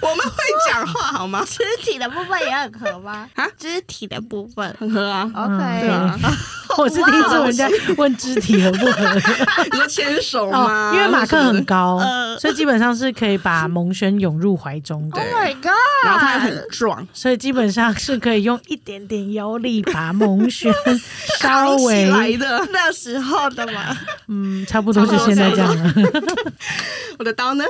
我们会讲话好 吗？ 肢体的部分也很合吗？啊，肢体的部分很合啊，对，OK，啊， 我是第一次人家问肢体合不合你说牵手哦吗？，因为马克很高呃，所以基本上是可以把蒙轩涌入怀中 的对。 Oh my god！然后他也很壮，所以基本上是可以用一点点腰力把蒙轩稍刚 起来微，的。那时候的嘛，嗯，差不多就现在这样了。我的刀呢？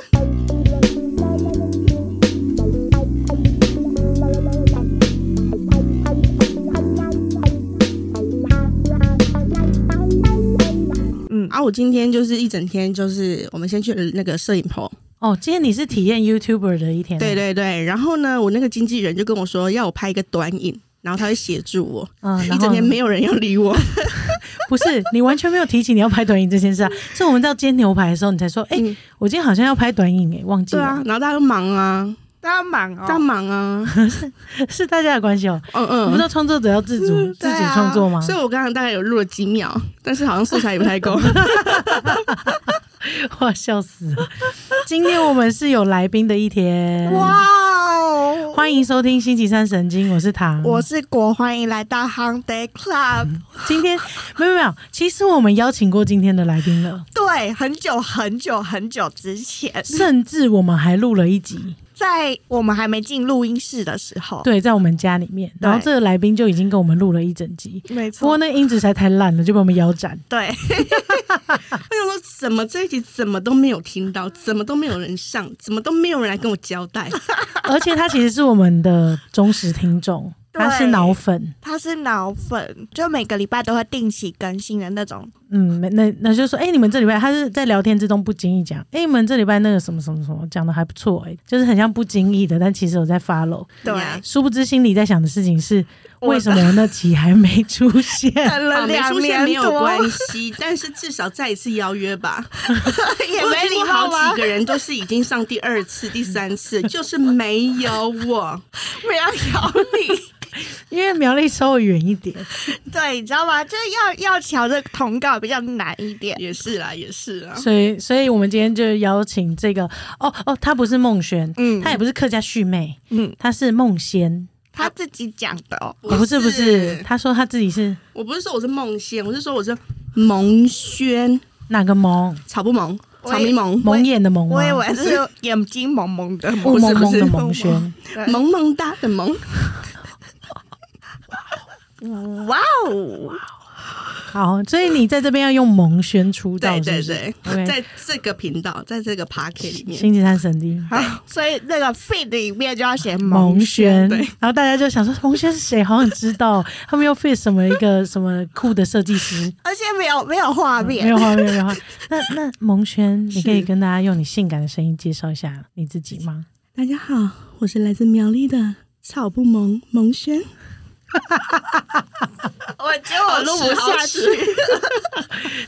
嗯啊，我今天就是一整天，就是我们先去了呃那个摄影棚， 哦，今天你是体验 YouTuber 的一天，啊对，对对。然后呢，我那个经纪人就跟我说要我拍一个短影，然后他会协助我。嗯，然一后整天呢没有人要理我，不是你完全没有提起你要拍短影这件事啊，是我们到煎牛排的时候你才说，哎、嗯我今天好像要拍短影、哎，忘记对了，啊，然后大家都忙啊，那忙大家哦，忙啊， 是大家的关系哦、嗯你不知嗯。道创作者要自主、自对啊主创作吗？所以我刚刚大概有录了几秒，但是好像素材也不太 够。 哇，笑死了！今天我们是有来宾的一天，哇哦！欢迎收听星期三神经，我是唐，我是果，欢迎来到 Hung Day Club。今天没有没有，其实我们邀请过今天的来宾了，对，很久很久很久之前，甚至我们还录了一集，在我们还没进录音室的时候，对，在我们家里面，哦对然后这个来宾就已经跟我们录了一整集。没不过错，那音质实在太烂了，就把我们 腰斩。对，我想说，怎么这一集怎么都没有听到，怎么都没有人上，怎么都没有人来跟我交 代？而且他其实是我们的忠实听众，对他是脑粉。他是脑粉，就每个礼拜都会定期更新的那种。嗯，那那那就说，哎、你们这礼拜他是在聊天之中不经意讲，哎、你们这礼拜那个什么什么什么讲的还不错，哎，就是很像不经意的，但其实我在 follow。对， Yeah 殊不知心里在想的事情是，我的为什么那集还没出现？等啊了没两出现年没有多，关系， 但是至少再一次邀约吧。 也我没听礼过貌啊好吗几？个人都是已经上第二次、第三次， 就是没有我。不要咬你。因为苗栗稍微远一点，对，你知道吗？就是要要瞧这个通告比较难一点。也是啦，也是啦。所以所以我们今天就邀请这个哦哦，她不是孟轩，嗯她也不是客家续妹，嗯，她是孟仙，他自己讲的哦。哦不是不是，，她说她自己是我不是说我是梦仙，我是说我是蒙轩，哪个蒙草不萌，我也草迷萌，蒙眼的蒙吗我以为是眼睛蒙蒙的蒙雾蒙蒙的不是蒙轩，对 萌萌哒的 萌。哇哦！好，所以你在这边要用蒙轩出道，对是不对是对 OK 在这个频道，在这个 p a r k 里面，星期三神丁。好，所以那个 feed 里面就要写蒙蒙轩，对然后大家就想说蒙轩是谁？好想知道 他们又 fit 什么一个什么酷的设 计师，而且没有没有画没面，有画面，没有画面。那那蒙轩，你是可以跟大家用你性感的声音介绍一下你自己吗？大家好，我是来自苗栗的草不萌萌轩。我觉得我录不下去。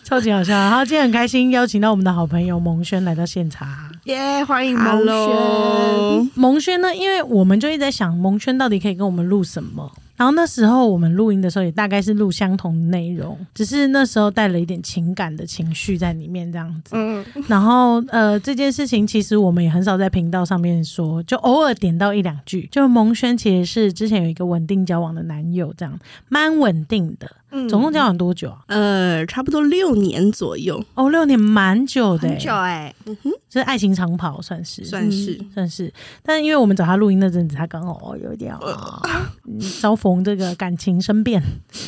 超级好笑！然后今天很开心邀请到我们的好朋友蒙轩来到现场。 耶，欢迎蒙轩。 Hello，蒙轩呢，因为我们就一直在想蒙轩到底可以跟我们录什么。然后那时候我们录音的时候也大概是录相同的内容，只是那时候带了一点情感的情绪在里面这样 子。嗯，然后呃，这件事情其实我们也很少在频道上面说，就偶尔点到一两句。就蒙轩其实是之前有一个稳定交往的男友，这样蛮稳定的。嗯总共交往多久啊？呃，差不多六年左右，哦，六年，蛮久的、很久欸，哎，是爱情长跑算是算是算是。但因为我们找他录音那阵子，他刚好哦有一点、哦嗯遭逢这个感情生变，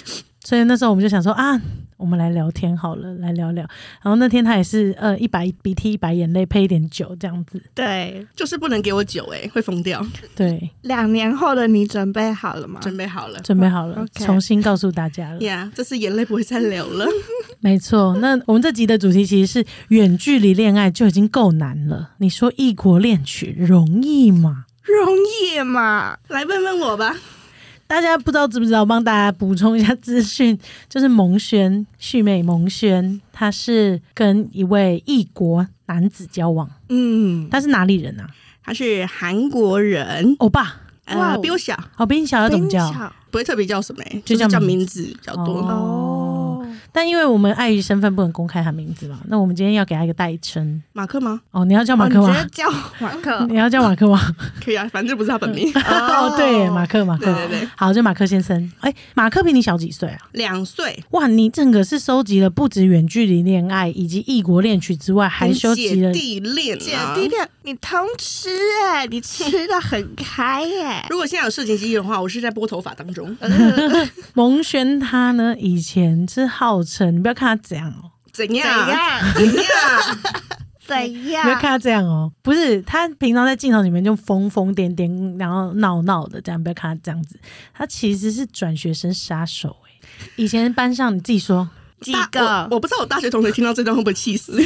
所以那时候我们就想说啊，我们来聊天好了，来聊聊。然后那天他也是呃一把鼻涕一把眼泪，配一点酒这样子。对，就是不能给我酒哎、会疯掉。对，两年后的你准备好了吗？准备好了。准备好了 OK 重新告诉大家了。呀这次眼泪不会再流 了。没错，那我们这集的主题其实是远距离恋爱就已经够难了，你说异国恋曲容易吗？容易嘛？来问问我吧，大家不知道知不知道？帮大家补充一下资讯，就是蒙轩旭妹蒙轩，她是跟一位异国男子交往，嗯，他是哪里人啊？他是韩国人，欧巴，哇呃哦，比我小，好比你小要怎么叫？冰巧不会特别叫什么、欸，就就叫是叫名名字比较多。哦哦，但因为我们碍于身份不能公开他名字嘛，那我们今天要给他一个代称马克吗？哦，你要叫马哦克你娃，哦直接叫马克 你要叫马克娃 可以啊，反正这不是他本名。哦， 对耶，马克马克，对对对好，就马克先生。哎、马克比你小几岁啊？ 两岁，哇，你整个是收集了不止远距离恋爱以及异国恋曲之外，还收集姐了弟恋、姐啊，弟恋，你通吃哎、你吃的很开 哎、如果现在有摄影机的话，我是在拨头发当中。呃蒙轩。他呢，以前是号称，你不要看他这样哦、怎怎样？样怎 样？怎啊你不要样？看他这样哦、不是他平常在镜头里面就疯疯癫癫，然后闹闹的这样，不要看他这样子，他其实是转学生杀手哎、以前班上你自 己说，几大个我？我不知道我大学同学听到这段会不会气 死。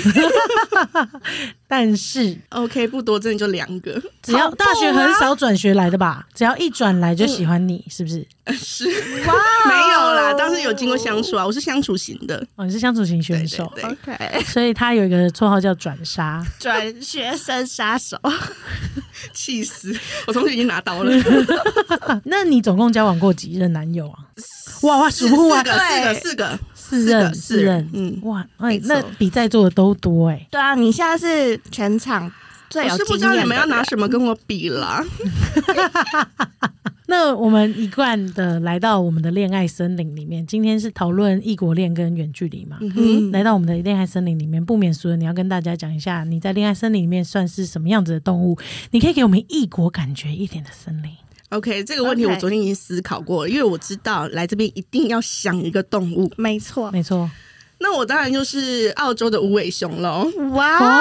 但是 OK，不多，真的就两个。只要好啊大学很少转学来的吧，只要一转来就喜欢你，嗯是不是？是哇，哦没有啦，当时有经过相处啊，我是相处型的。哦，你是相处型对选手，对 对， OK，所以他有一个绰号叫转 杀。转学生杀手，气死！我同学已经拿 刀了，那你总共交往过几任男友啊？哇哇，数不完，四个，四个，四个。四任，四四个任，四任嗯哇，哎、没错那比在座的都多哎、对啊，你现在是全场最我有是不经知道验你的们要拿人什么跟我比啦。那我们一贯的来到我们的恋爱森林里面，今天是讨论异国恋跟远距离嘛。嗯哼，嗯，来到我们的恋爱森林里面，不免俗的，你要跟大家讲一下，你在恋爱森林里面算是什么样子的动物？你可以给我们异国感觉一点的森林。 OK，这个问题我 OK 昨天已经思考过了，因为我知道来这边一定要想一个动物。没错。没错，那我当然就是澳洲的无尾熊喽。哇哦，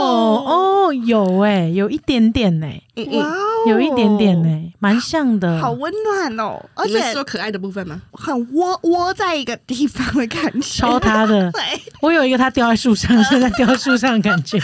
哦哦，有哎、有一点点呢、嗯哇嗯，哦，有一点点呢、蛮像的。好温暖哦，而你们是且说可爱的部分吗？很窝窝在一个地方的感觉，，超他的 对，我有一个他掉在树上，现在掉在树上的 感觉。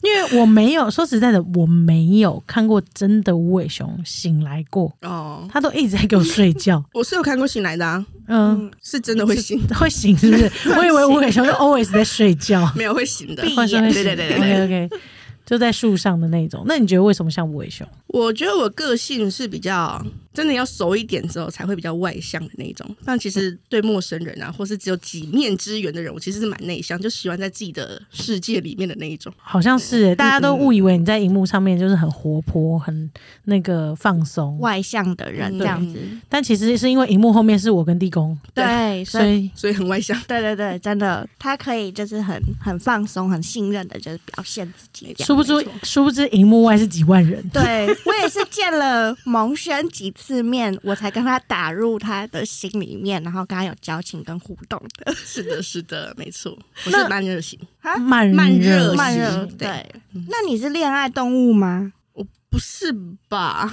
因为我没有说实在的，我没有看过真的无尾熊醒来过，哦，它都一直在给我睡觉。我是有看过醒来的啊，嗯，是真的会 醒，会醒是不 是？我以为无尾熊是 always 在睡觉，没有会醒的。闭或者是会醒。对对对对对 OK OK，就在树上的那种。那你觉得为什么像无尾熊？我觉得我个性是比较真的要熟一点之后才会比较外向的那种，但其实对陌生人啊，或是只有几面之缘的人，我其实是蛮内向，就喜欢在自己的世界里面的那一种。好像嗯是耶、大家都误以为你在荧幕上面就是很活泼、很那个放松，外向的人嗯这样子，但其实是因为荧幕后面是我跟地公，对对，所所以以 所以很外向。对对对，真的，他可以就是很很放松、很信任的，就是表现自己这样。殊不没知错殊不知荧幕外是几万人。对我也是见了蒙轩几次面，我才跟他打入他的心里面，然后跟他有交情跟互动的。是的，是的，没错，我那是蛮热情。啊慢慢热热恶慢心热，对对。那你是恋爱动物吗？不是吧？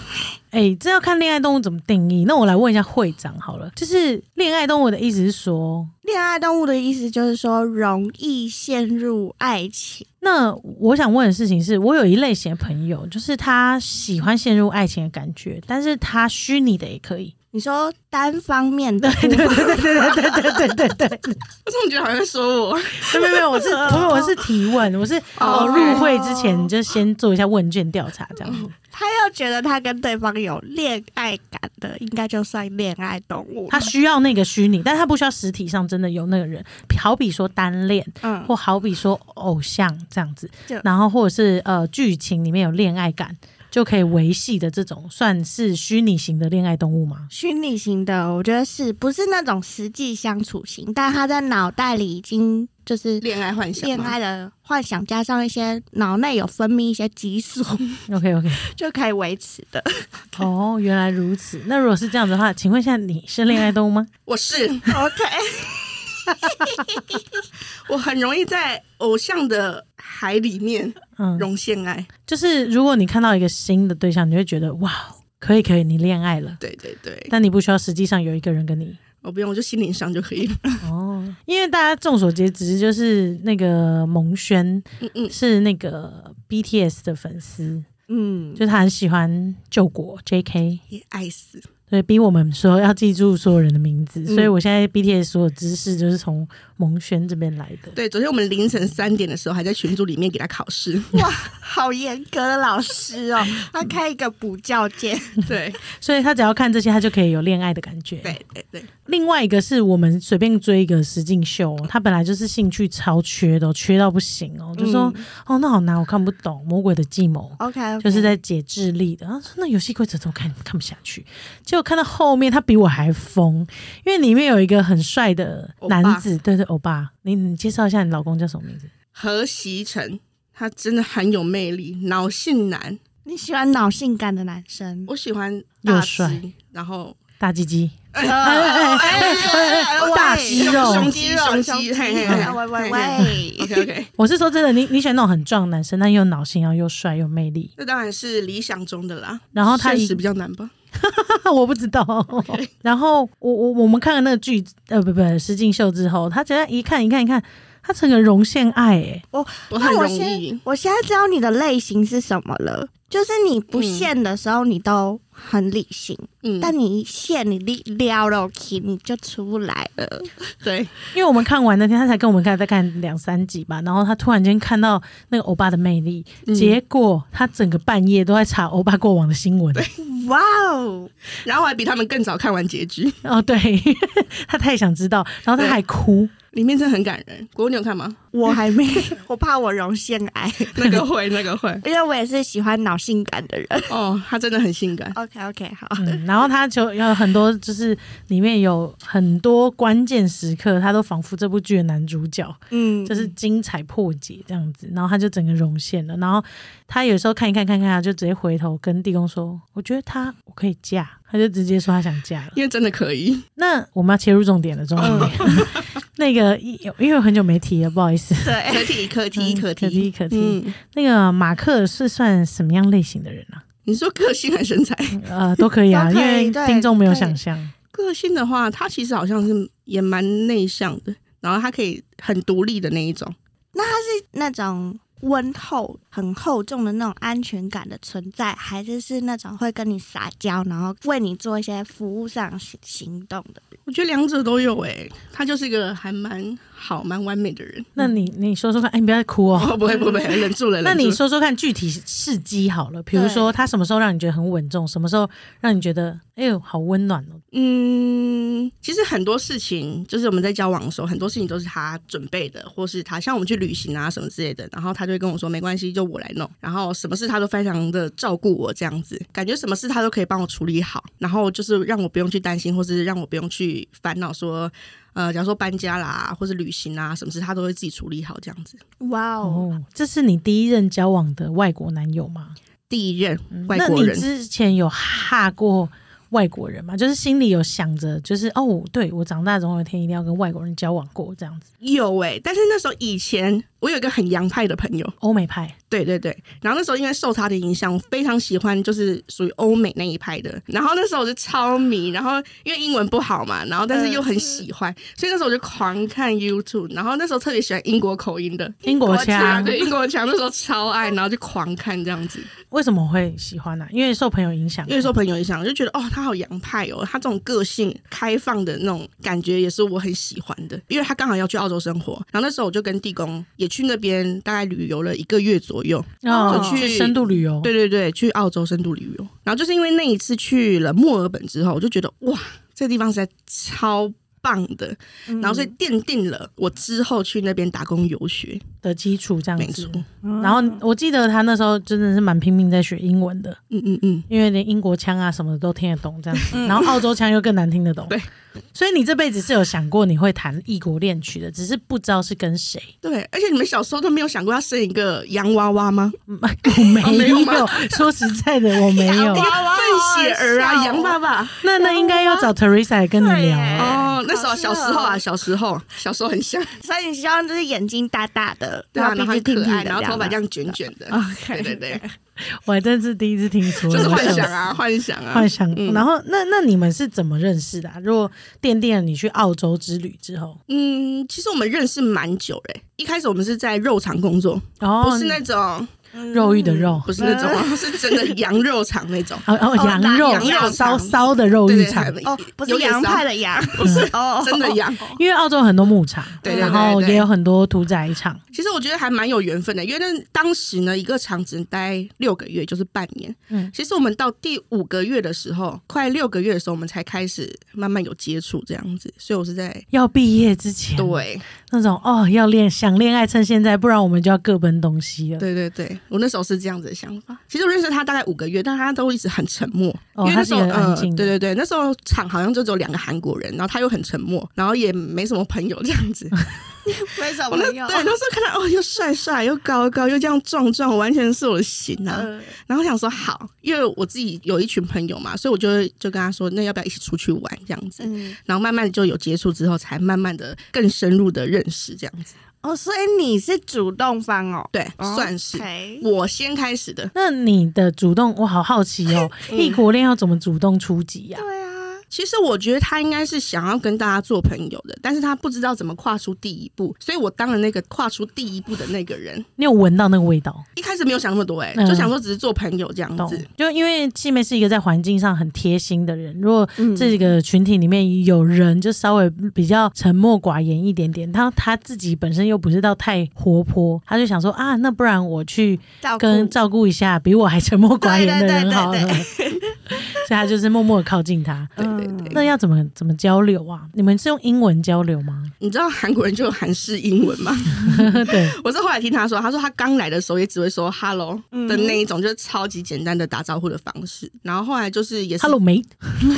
哎、这要看恋爱动物怎么定义。那我来问一下会长好了，就是恋爱动物的意思是说，恋爱动物的意思就是说容易陷入爱情，那我想问的事情是，我有一类型的朋友，就是他喜欢陷入爱情的感觉，但是他虚拟的也可以。你说单方面的部 分，对对对对对对对对对对，我怎么觉得好像在说我？没有没有，我是我是我是提问，我是哦哦入会之前就先做一下问卷调查这样子。他又觉得他跟对方有恋爱感的，应该就算恋爱动物了。他需要那个虚拟，但他不需要实体上真的有那个人。好比说单恋，嗯，或好比说偶像这样子就，然后或者是呃剧情里面有恋爱感就可以维系的这种，算是虚拟型的恋爱动物吗？虚拟型的，我觉得是不是那种实际相处型？但他在脑袋里已经就是恋爱幻想吗？恋爱的幻想，加上一些脑内有分泌一些激素，OK OK，就可以维持的。哦，原来如此。那如果是这样子的话，请问一下你是恋爱动物吗？我是 OK， 我很容易在偶像的海里面嗯，融陷爱。就是如果你看到一个新的对象，你会觉得哇，可以可以，你恋爱了。对对对，但你不需要实际上有一个人跟 你我不用，我就心灵上就可以了。哦，因为大家众所皆知，就是那个蒙轩嗯嗯，是那个 BTS 的粉丝，嗯，就是他很喜欢救国 JK，也爱死。嗯所以逼我们说要记住所有人的名字。所以我现在 BTS 所有知识就是从蒙轩这边来的。对，昨天我们凌晨三点的时候还在群组里面给他考试，哇，好严格的老师哦，他开一个补教界，对所以他只要看这些，他就可以有恋爱的感觉。，对对对，另外一个是我们随便追一个实境秀，哦他本来就是兴趣超缺的哦，缺到不行哦，就说、嗯哦那好难，我看不懂《魔鬼的计谋》。 OK，就是在解智力的，然后说那游戏规则都看看不下去，结果看到后面他比我还疯，因为里面有一个很帅的男子，对对，欧巴，你你介绍一下你老公叫什么名字？何习成他真的很有魅力，脑性男，你喜欢脑性感的男生，我喜欢又大帅只，然后大鸡鸡，大肌肉胸肌肌胸肉，肌哎胸肌，嘿嘿哎嘿喂喂嘿喂， OK OK，我是说真的，你你喜欢那种很壮的男生，但又脑型，然后又帅又魅力， 这当然是理想中的啦，然后他现一实比较难吧？我不知道。 然后我我我们看了那个剧，呃，不不，石敬秀之后，他只要一看一看一看，他整个容现爱、欸，我很那我容现易，我现在知道你的类型是什么了，就是你不限的时候你都很理性，嗯，但你一限你一撩了起你就出不来了，对，因为我们看完那天，他才跟我们看再看两三集吧，然后他突然间看到那个欧巴的魅力，嗯结果他整个半夜都在查欧巴过往的新闻。哇哦，然后我还比他们更早看完结局， 哦，对， 他太想知道，然后他还哭。里面真的很感人。国文你有看吗？我还没， 我怕我容腺癌，那个会，那 个会，因为我也是喜欢脑性感的人。哦，他真的很性感。 OK OK，好，嗯，然后他就有很多，就是里面有很多关键时刻，他都仿佛这部剧的男主角。嗯，就是精彩破解这样子，然后他就整个融现了。然后他有时候看一看看一看，他就直接回头跟地公说：“我觉得他我可以嫁。”他就直接说他想嫁 了。因为真的可以，那我们要切入重点了，重点。那个因为我很久没提了，不好 意思。对，可提可提嗯可可提提可提嗯，那个马克是算什么样类型的人啊？你说个性还是身材？呃，都可以啊，都因可以为对听众没有可以想象。个性的话，他其实好像是也蛮内向的，然后他可以很独立的那一种。那种温厚、很厚重的那种安全感的存在，还是是那种会跟你撒娇，然后为你做一些服务上行行动的。我觉得两者都有诶、欸他就是一个还蛮好、蛮完美的人。那你你说说看，哎，你不要再 哭哦。哦，不会不会，忍住了。那忍住你了说说看具体事迹好了，比如说他什么时候让你觉得很稳重，什么时候让你觉得哎呦好温暖哦，嗯，其实很多事情，就是我们在交往的时候，很多事情都是他准备的，或是他像我们去旅行啊什么之类的，然后他就会跟我说没关系，就我来弄。然后什么事他都非常的照顾我，这样子，感觉什么事他都可以帮我处理好，然后就是让我不用去担心，或是让我不用去烦恼说。呃，假如说搬家啦，或是旅行啊，什么事他都会自己处理好，这样子。哇哦，哦，这是你第一任交往的外国男友吗？第一任外嗯那国你人，之前有哈过外国人吗？就是心里有想着，就是哦，对我长大总有一天一定要跟外国人交往过这样子，有诶、但是那时候以前我有一个很洋派的朋友，欧美派。对对对，然后那时候因为受他的影响，我非常喜欢就是属于欧美那一派的。然后那时候我就超迷，然后因为英文不好嘛，然后但是又很喜欢，所以那时候我就狂看 YouTube。然后那时候特别喜欢英国口音的，英国啊，腔对英国腔，那时候超爱，然后就狂看这样子。为什么会喜欢啊呢、因为受朋友影响，啊因为受朋友影响，我就觉得哦，他好洋派哦，他这种个性开放的那种感觉也是我很喜欢的。因为他刚好要去澳洲生活，然后那时候我就跟地公也去那边大概旅游了一个月左右，哦有去深度旅游，对对对，去澳洲深度旅游，然后就是因为那一次去了墨尔本之后，我就觉得哇，这个地方实在超棒的，嗯然后所以奠定了我之后去那边打工游学。的基础这样没子错。嗯然后我记得他那时候真的是蛮拼命在学英文的，嗯嗯嗯，因为连英国腔啊什么的都听得懂这样子，嗯然后澳洲腔又更难听得懂。对，所以你这辈子是有想过你会谈异国恋曲的，只是不知道是跟 谁。对，而且你们小时候都没有想过要生一个洋娃娃吗？我没啊没有吗有，说实在的，我没娃有。混血儿啊，洋娃娃。那那应该要找 Teresa 来跟你对聊耶哦。哦，那时候好适合小时候啊，小时候，小时候很像，所以你希望就是眼睛大大的，对啊，然鼻后子很挺可挺爱，的，然后头发这样卷卷 的，对对对，我还真是第一次听说，就是幻想我笑啊，幻想死啊，幻想。嗯然后那那你们是怎么认识的啊、如果奠定了你去澳洲之旅之后，欸嗯，其实我们认识蛮久嘞，一开始我们是在肉厂工作，哦，不是那种肉欲的肉，，不是那种啊，是真的羊肉肠那种哦哦，哦羊打肉羊肉烧肠烧的肉对浴对，场还，哦，不有是点羊骚派的羊， 不是哦，真的羊。因为澳洲有很多牧场，对对对然后对也有很多屠宰场，其实我觉得还蛮有缘分的，因为那当时呢，一个厂只能待六个月，就是半年。嗯嗯，其实我们到第五个月的时候，快六个月的时候，我们才开始慢慢有接触这样子，所以我是在。要毕业之前，对那种哦，要恋想恋爱，趁现在，不然我们就要各奔东西了。对对对，我那时候是这样子的想法。其实我认识他大概五个月，但他都一直很沉默，哦因为那时候他是一个很安呃，静对的对对，那时候场好像就只有两个韩国人，然后他又很沉默，然后也没什么朋友这样子。 为什我么那对要？那时候看到哦，又帅帅又高高又这样壮壮，完全是我的型啊。呃然后想说好，因为我自己有一群朋友嘛，所以我就会就跟他说，那要不要一起出去玩这样子？嗯，然后慢慢地就有接触之后，才慢慢的更深入的认识这样子。哦，所以你是主动方哦，对，哦算是 OK 我先开始的。那你的主动，我好好奇 哦，嗯异国恋要怎么主动出击呀、对啊，其实我觉得他应该是想要跟大家做朋友的，但是他不知道怎么跨出第一步，所以我当了那个跨出第一步的那个人。你有闻到那个味道？一开始没有想那么多、欸，哎、嗯就想说只是做朋友这样懂子。？就因为七妹是一个在环境上很贴心的人，如果嗯这个群体里面有人就稍微比较沉默寡言一点点，他他自己本身又不是到太活泼，他就想说啊，那不然我去照顾跟照顾一下比我还沉默寡言的人好了，对对 所以他就是默默地靠近他。对对嗯对，那要怎么怎么交流啊？你们是用英文交流吗？ 你知道韩国人就有韩式英文吗？对，我是后来听他说，他说他刚来的时候也只会说 “hello” 嗯的那一种，就是超级简单的打招呼的方式。然后后来就是也是 Hello 梅，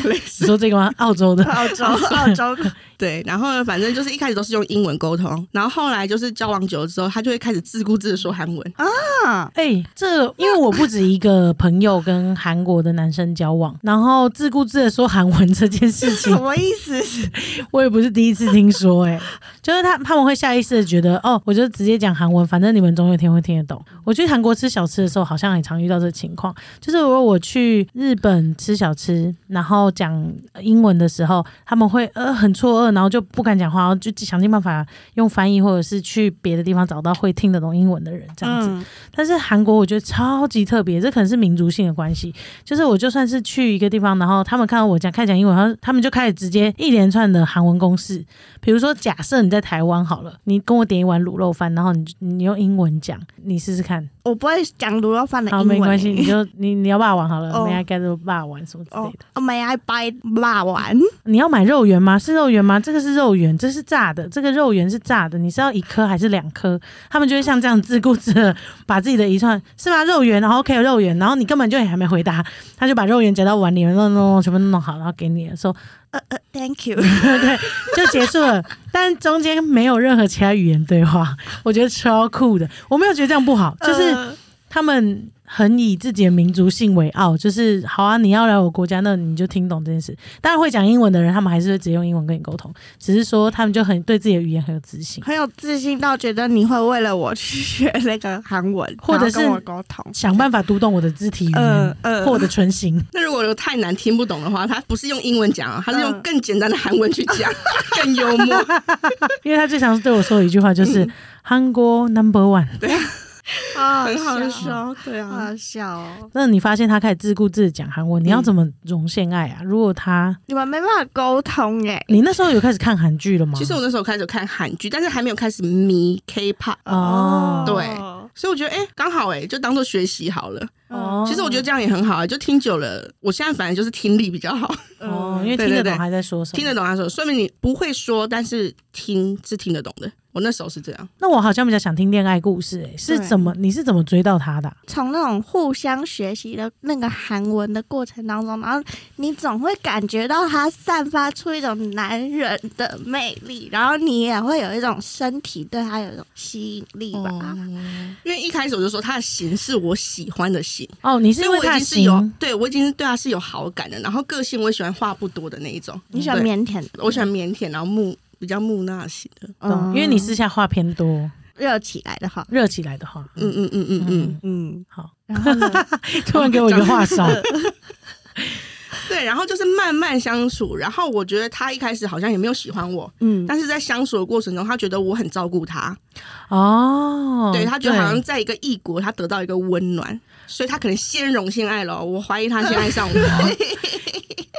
类你似说这个吗？澳洲的，澳洲，澳洲，对，然后反正就是一开始都是用英文沟通，然后后来就是交往久了之后，他就会开始自顾自的说韩文。嗯，哎、这因为我不止一个朋友跟韩国的男生交往，然后自顾自的说韩文这件 事什情， 么意思？我也不是第一次听说、哎，就是他他们会下意识的觉得，哦，我就直接讲韩文，反正你们总有一天会听得懂。我去韩国吃小吃的时候，好像也常遇到这情况，就是如果我去日本吃小吃，然后讲英文的时候，他们会呃很错愕，然后就不敢讲话，然后就想尽办法用翻译，或者是去别的地方找到会听得懂英文的人，这样子。嗯但是韩国我觉得超级特别，这可能是民族性的关系。就是我就算是去一个地方，然后他们看到我讲开始讲英文，然后他们就开始直接一连串的韩文公式。比如说，假设你在台湾好了，你跟我点一碗卤肉饭，然后你就你用英文讲，你试试看。我不会讲卤肉饭的英好，文欸，没关系，你就你你要霸王好了，哦没该 get 霸王什么之类哦的。 ，May I buy 辣丸？你要买肉圆吗？是肉圆吗？这个是肉圆，这是炸的，这个肉圆是炸的，你是要一颗还是两颗？他们就会像这样自顾自的把自己的一串是吗？肉圆，然后 OK 肉圆，然后你根本就也还没回答，他就把肉圆夹到碗里面，弄弄弄，全部弄好，然后给你的时候 呃呃，Thank you。就结束了。但中间没有任何其他语言对话， 我觉得超酷的。我没有觉得这样不好，就是。呃他们很以自己的民族性为傲，就是好啊，你要来我国家，那你就听懂这件事。当然会讲英文的人，他们还是会直接用英文跟你沟通，只是说他们就很对自己的语言很有自信。很有自信到觉得你会为了我去学那个韩文，或者是然后跟我沟通。想办法读懂我的肢体语言，呃呃或我的唇形，那如果有太难听不懂的话，他不是用英文讲啊，他是用嗯更简单的韩文去 讲，更幽默。因为他最常对我说的一句话嗯就是“韩国 number one”。好很好笑，笑，对好啊，好笑哦！那你发现他开始自顾自地讲韩嗯文，你要怎么融现爱啊？如果他，你们没办法沟通耶。你那时候有开始看韩剧了吗？其实我那时候开始看韩剧，但是还没有开始迷 K-pop，哦对嗯所以我觉得哎，刚、好哎、就当做学习好了。哦其实我觉得这样也很好啊，就听久了，我现在反正就是听力比较好，嗯哦，因为听对得对对懂还在说什么，听得懂他说，说明你不会说，但是听是听得懂的。我那时候是这样，那我好像比较想听恋爱故事、欸，是对啊怎么？你是怎么追到他的啊、从那种互相学习的那个韩文的过程当中，然后你总会感觉到他散发出一种男人的魅力，然后你也会有一种身体对他有一种吸引力吧。哦因为一开始我就说他的型是我喜欢的型，哦，你是所以因为我已经他的是有型，对我已经是对他是有好感的。然后个性我也喜欢话不多的那一种，嗯你喜欢对腼腆的，我喜欢腼腆，然后木比较木讷型的，懂？啊因为你私下话偏多，嗯热起来的话，热起来的话，嗯嗯，嗯嗯嗯嗯，嗯，好，然后呢？ 突然给我一个 话少，对。然后就是慢慢相处，然后我觉得他一开始好像也没有喜欢我，嗯，但是在相处的过程中，他觉得我很照顾他，哦，对他觉得好像在一个异国，他得到一个温暖，所以他可能先容性爱了。我怀疑他先爱 上我，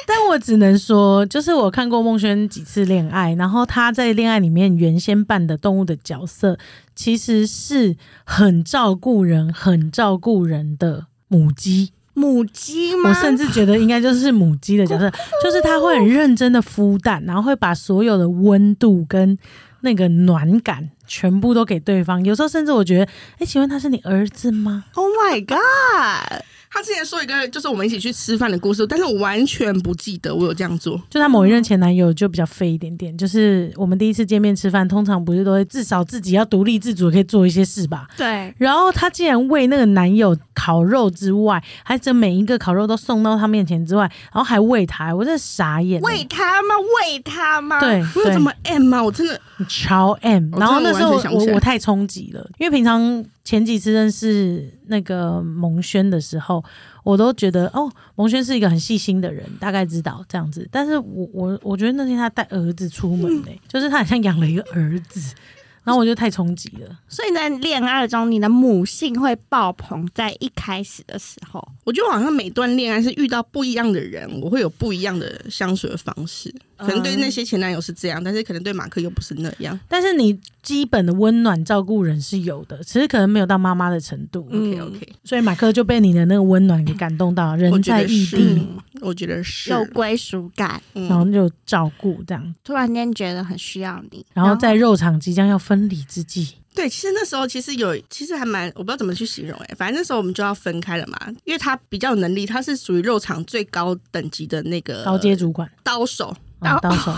但我只能说，就是我看过孟轩几次恋爱，然后他在恋爱里面原先扮的动物的角色，其实是很照顾人、很照顾人的母鸡。母鸡吗？我甚至觉得应该就是母鸡的 角色，就是它会很认真的孵蛋，然后会把所有的温度跟那个暖感全部都给对方。有时候甚至我觉得，哎、请问他是你儿子吗？ Oh my god！他之前说一个就是我们一起去吃饭的故事，但是我完全不记得我有这样做。就她某一任前男友就比较废一点点，就是我们第一次见面吃饭，通常不是都会至少自己要独立自主，可以做一些事吧。对，然后她竟然为那个男友烤肉之外，还整每一个烤肉都送到他面前之外，然后还喂他，我真的傻眼。喂它吗？喂它吗？对，我有对这么 M 吗？我真的超 M，我然后哦真的那时候完全想不我起来我太冲击了，因为平常前几次认识那个蒙轩的时候，我都觉得哦，蒙轩是一个很细心的人，大概知道这样子。但是我我我觉得那天他带儿子 出门呢、就是他好像养了一个儿子，然后我就太冲击了。所以在恋爱中，你的母性会爆棚，在一开始的时候，我觉得我好像每段恋爱是遇到不一样的人，我会有不一样的相处的方式。可能嗯对那些前男友是这样，但是可能对马克又不是那样。但是你基本的温暖照顾人是有的，只是可能没有到妈妈的程度。嗯 OK OK，所以马克就被你的那个温暖给感动到，我人觉在得异是地，嗯我觉得是有归属感，嗯然后就照顾这样。突然间觉得很需要你，然后在肉场即将要分离之际，对，其实那时候其实有，其实还蛮，我不知道怎么去形容哎、反正那时候我们就要分开了嘛，因为他比较有能力，他是属于肉场最高等级的那个高阶主管、呃刀手，啊，到手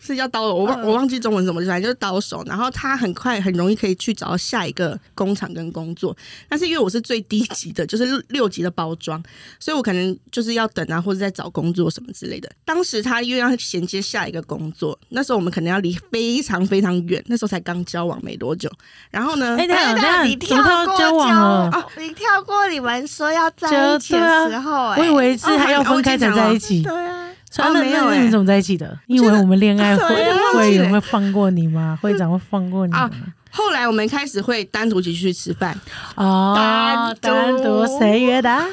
是叫刀手，我忘我忘记中文怎么，反正就是刀手。然后他很快很容易可以去找到下一个工厂跟工作，但是因为我是最低级的， 就是六六级的包装，所以我可能就是要等啊，或者在找工作什么之类的。当时他又要衔接下一个工作，那时候我们可能要离非常非常远，那时候才刚交往没多久。然后呢，哎，等一下哎等那一你下，怎跳么他过要交往了？哦，你跳过你们说要在一起的时候、哎、啊我以为是还要分开才在一起。对啊，所以哦那没有那哎你怎么在一起的？你以为我们恋爱对我有点会忘 会记了员会放过你吗？ 会长会放过你吗？后来我们开始会单独一起去吃饭，哦，单单独独谁约的啊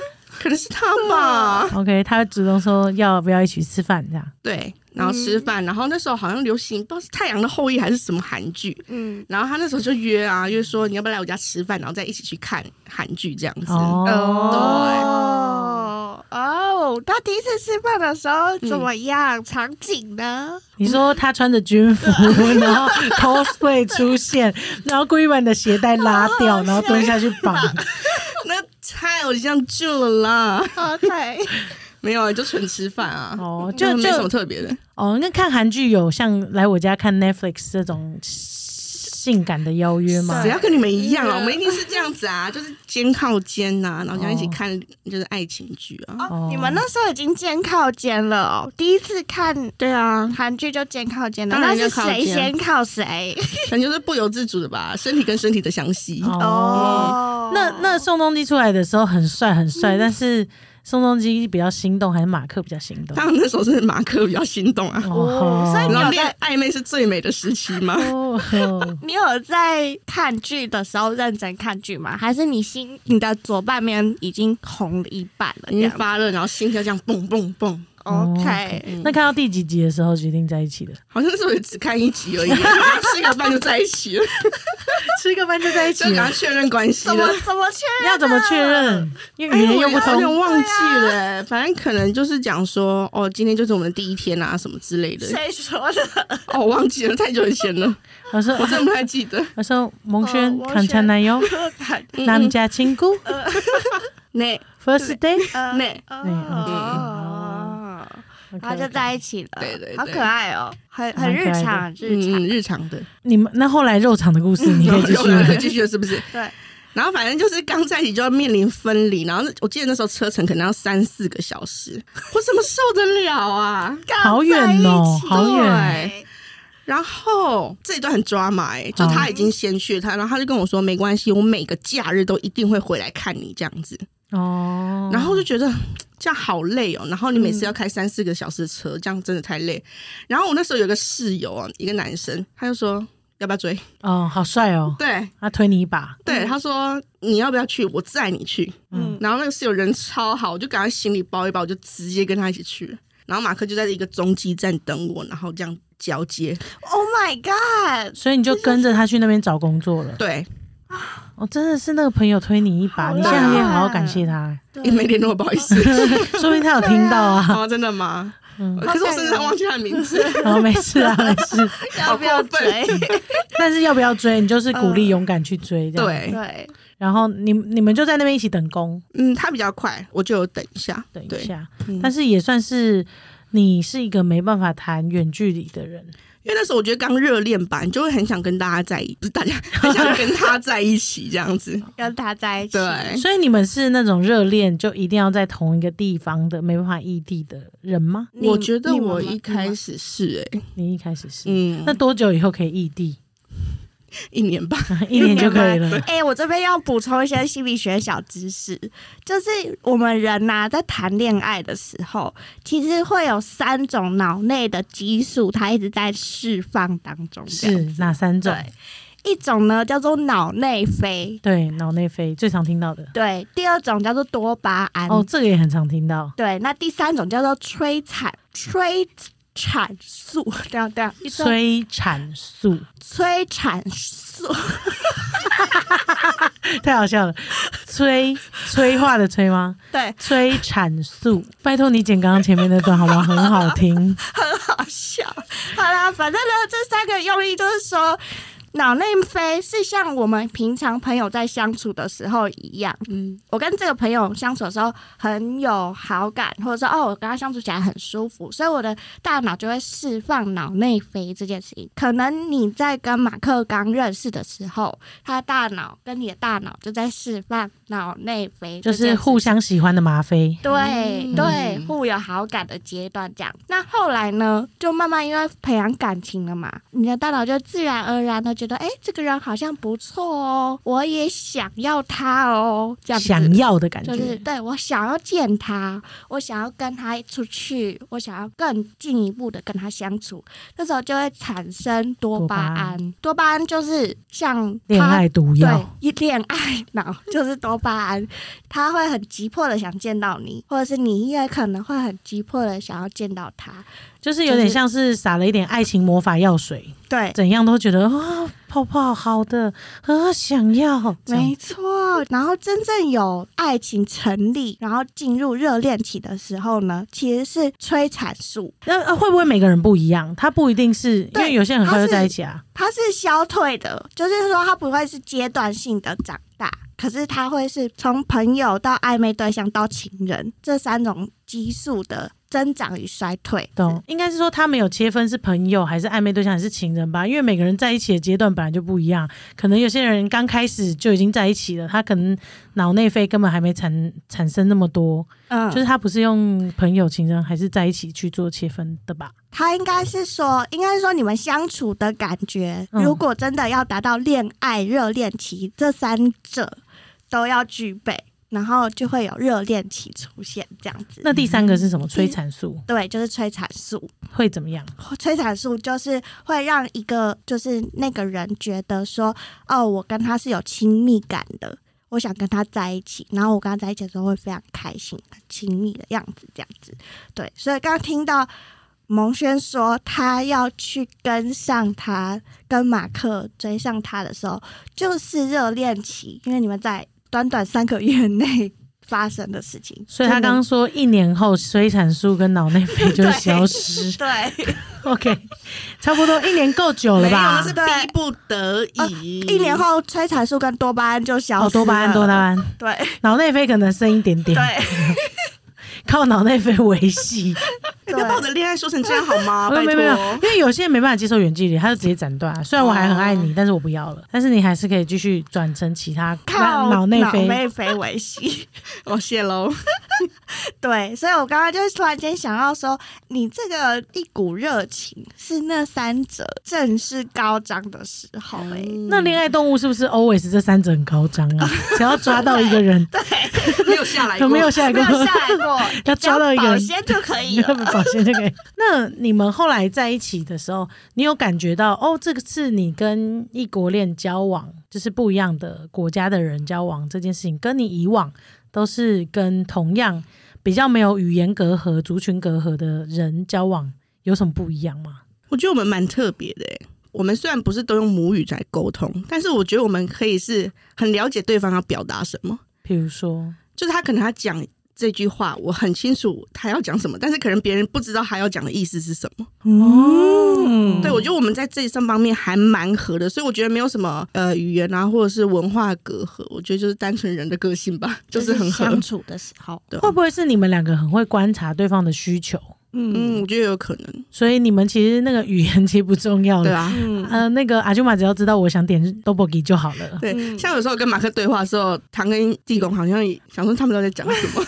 可能是他吧， ？OK，他主动说要不要一起吃饭这样。对，然后吃饭，然后那时候好像流行不知道是《太阳的后裔》还是什么韩剧，嗯，然后他那时候就约啊，嗯约说你要不要来我家吃饭，然后再一起去看韩剧这样子。哦，哦哦，他第一次吃饭的时候怎么样？场景 呢？你说他穿着军服，然后 cosplay 出现，然后故意把你的鞋带拉掉，然后蹲下去绑。那太偶像剧了啦， OK，没有，就纯吃饭啊，哦，就就没什么就特别的。哦，那看韩剧有像来我家看 Netflix 这种性感的邀约吗只？要跟你们一样啊，嗯我们一定是这样子 啊，就是肩靠肩呐、然后这样一起哦看就是爱情剧啊。哦你们那时候已经肩靠肩了哦，第一次看对啊，韩剧就肩靠肩了，当那然是要靠谁肩先靠谁？感觉是不由自主的吧，身体跟身体的相吸。哦，那那宋仲基出来的时候很帅很帅，但是宋仲基比较心动还是马克比较心动？当然那时候是马克比较心动啊，哦所以你然有后在恋暧昧是最美的时期嘛。哦哦你有在看剧的时候认真看剧吗？还是你心你的左半边已经红了一半了？已经这样哦发热，然后心跳这样蹦蹦蹦，嗯哦 OK，那看到第几集的时候决定在一起的？好像是我只看一集而已， 吃个饭就在一起 了，吃个饭就在一就赶快确认关系怎么了。怎么确认？要怎么确认？因为哎语呀言又不我有通。点忘记了、反正可能就是讲说，哦，今天就是我们的第一天啊，什么之类的。谁说的？哦，我忘记了，太久以前了，我说 我真的不太记得。我说蒙轩哦看前男友， 嗯他们家亲姑那 first day，那嗯哦，然后就在一起了，对对对好可爱哦，很蛮很可日爱的常日常嗯，，日常的，你们那后来肉场的故事，嗯你可以继续了。可以 继续了，是不是？对。然后反正就是刚在一起就要面临分离，然后那我记得那时候车程可能要三四个小时， 我怎么受得了啊？好远哦好远对然后这一段很抓马哎、就好他已经先去了他，然后他就跟我说没关系，我每个假日都一定会回来看你这样子。哦，然后我就觉得嘖这样好累哦，然后你每次要开三四个小时的车，这样真的太累。然后我那时候有个室友啊，一个男生，他就说。要不要追？哦，好帅哦，对他推你一把，对，他说你要不要去？我载你去。嗯，然后那个室友人超好，我就赶快行李包一包，我就直接跟他一起去了。然后马克就在一个中继站等我，然后这样交接。 Oh my god！所以你就跟着他去那边找工作了。对，哦，真的是那个朋友推你一把，好你现在可以啦好好感谢他，也没联络，不好意思。啊说不定他有听到啊。 哦，真的吗？嗯可是我身上忘记他的名 字。然后没事啊，没 事。哎要不要好过分追？ 但是要不要追，你就是鼓励勇敢去追这样。。对，对，然后你你们就在那边一起等工，嗯，他比较快，我就有等一下，等一对，下。嗯但是也算是你是一个没办法谈远距离的人，因为那时候我觉得刚热恋吧，你就会很想跟大家在一，不是大 家很想跟他在一起这样子。跟他在一起。对，所以你们是那种热恋就一定要在同一个地方的，没办法异地的人吗？你我觉得你妈妈我一开你始是哎、你一开始是，嗯，那多久以后可以异 地？一年吧，一年就可以妈了妈。哎、我这边要补充一些心理学小知识，就是我们人呐、在谈恋爱的时候，其实会有三种脑内的激素，它一直在释放当中。这是样哪三种？对，一种呢叫做脑内啡，对，脑内啡最常听到的。对；第二种叫做多巴胺，哦，这个也很常听到。对；那第三种叫做催产催产素，对啊对啊，一种催产素， 催产素， 太好笑了。催催化的催吗？对，催产素，拜托你剪刚刚前面那段好吗？很好 听。好笑。好啦，反正呢，这三个用意就是说，脑内啡是像我们平常朋友在相处的时候一样。嗯，我跟这个朋友相处的时候很有好感，或者说哦，我跟他相处起来很舒服，所以我的大脑就会释放脑内啡这件事情。可能你在跟马克刚认识的时候，他的大脑跟你的大脑就在释放脑内啡就这件事情，是互相喜欢的吗啡。对、嗯对，互有好感的阶段这样。那后来呢，就慢慢因为培养感情了嘛，你的大脑就自然而然的觉得，哎，这个人好像不错哦，我也想要他哦，这样子。想要的感觉，就是对我想要见他，我想要跟他出去，我想要更进一步的跟他相处，那时候就会产生多巴胺。多巴胺就是像恋他爱毒对药。，一恋爱脑 就是多巴胺，他会很急迫的想见到你，或者是你也可能会很急迫的想要见到他。就是有点像是撒了一点爱情魔法药水，对，怎样都觉得啊、泡泡好的啊，想要。这样没错。然后真正有爱情成立，然后进入热恋期的时候呢，其实是催产素，那、呃会不会每个人不一样？他不一定是因对为有些人很他快就是在一起啊。它是消退的，就是说它不会是阶段性的长大。可是它会是从朋友到暧昧对象到情人这三种激素的增长与衰退，懂，应该是说他没有切分是朋友还是暧昧对象还是情人吧，因为每个人在一起的阶段本来就不一样，可能有些人刚开始就已经在一起了，他可能脑内啡根本还没产产生那么多，嗯，就是他不是用朋友、情人还是在一起去做切分的吧？他应该是说，应该是说你们相处的感觉，嗯如果真的要达到恋爱热恋期，这三者都要具备，然后就会有热恋期出现这样子。那第三个是什么？催产素对，就是催产素。嗯会怎么样？催产素就是会让一个就是那个人觉得说，哦，我跟他是有亲密感的，我想跟他在一起，然后我跟他在一起的时候会非常开心、很亲密的样子，这样子。对，所以刚刚听到蒙轩说他要去跟上他，跟马克追上他的时候，就是热恋期，因为你们在短短三个月内发生的事情，所以他刚刚说一年后催产素跟脑内啡就会消 失对 ，OK，差不多一年够久了没有，吧啊那？是逼不得已。一年后催产素跟多巴胺就消失了、嗯哦，多巴胺，多巴胺， 对。脑内啡可能剩一点点，对，靠脑内啡维系。 不要把我的恋爱说成这样好吗？啊拜没有没有没有托，因为有些人没办法接受远距离，他就直接斩断啊。虽然我还很爱你，但是我不要了。但是你还是可以继续转成其他靠脑内啡。肥为系。哦我谢喽。 对，所以我刚刚就是突然间想到说，你这个一股热情是那三者正是高涨的时候、欸，哎、那恋爱动物是不是 always 这三者很高涨啊？只要抓到一个人，没有下来有过，没有下一没个？有下来过， 要抓到一个保人鲜就可以 你要不了。保险就可以。 那你们后来在一起的时候，你有感觉到哦，这个是你跟异国恋交往，就是不一样的国家的人交往这件事情，跟你以往都是跟同样比较没有语言隔阂、族群隔阂的人交往，有什么不一样吗？我觉得我们蛮特别的、欸。我们虽然不是都用母语来沟通，但是我觉得我们可以是很了解对方要表达什么。比如说，就是他可能他讲这句话，我很清楚他要讲什么，但是可能别人不知道他要讲的意思是什么。嗯，对，我觉得我们在这上方面还蛮合的，所以我觉得没有什么呃语言啊，或者是文化隔阂。我觉得就是单纯人的个性吧，就是很合。相处的时候，对会不会是你们两个很会观察对方的需求，嗯，我觉得有可能。所以你们其实那个语言其实不重要对了。啊，嗯呃，那个阿舅妈只要知道我想点 d o b o g i 就好 了。对，像有时候跟马克对话的时候，唐跟地公好像也想说他们都在讲什么。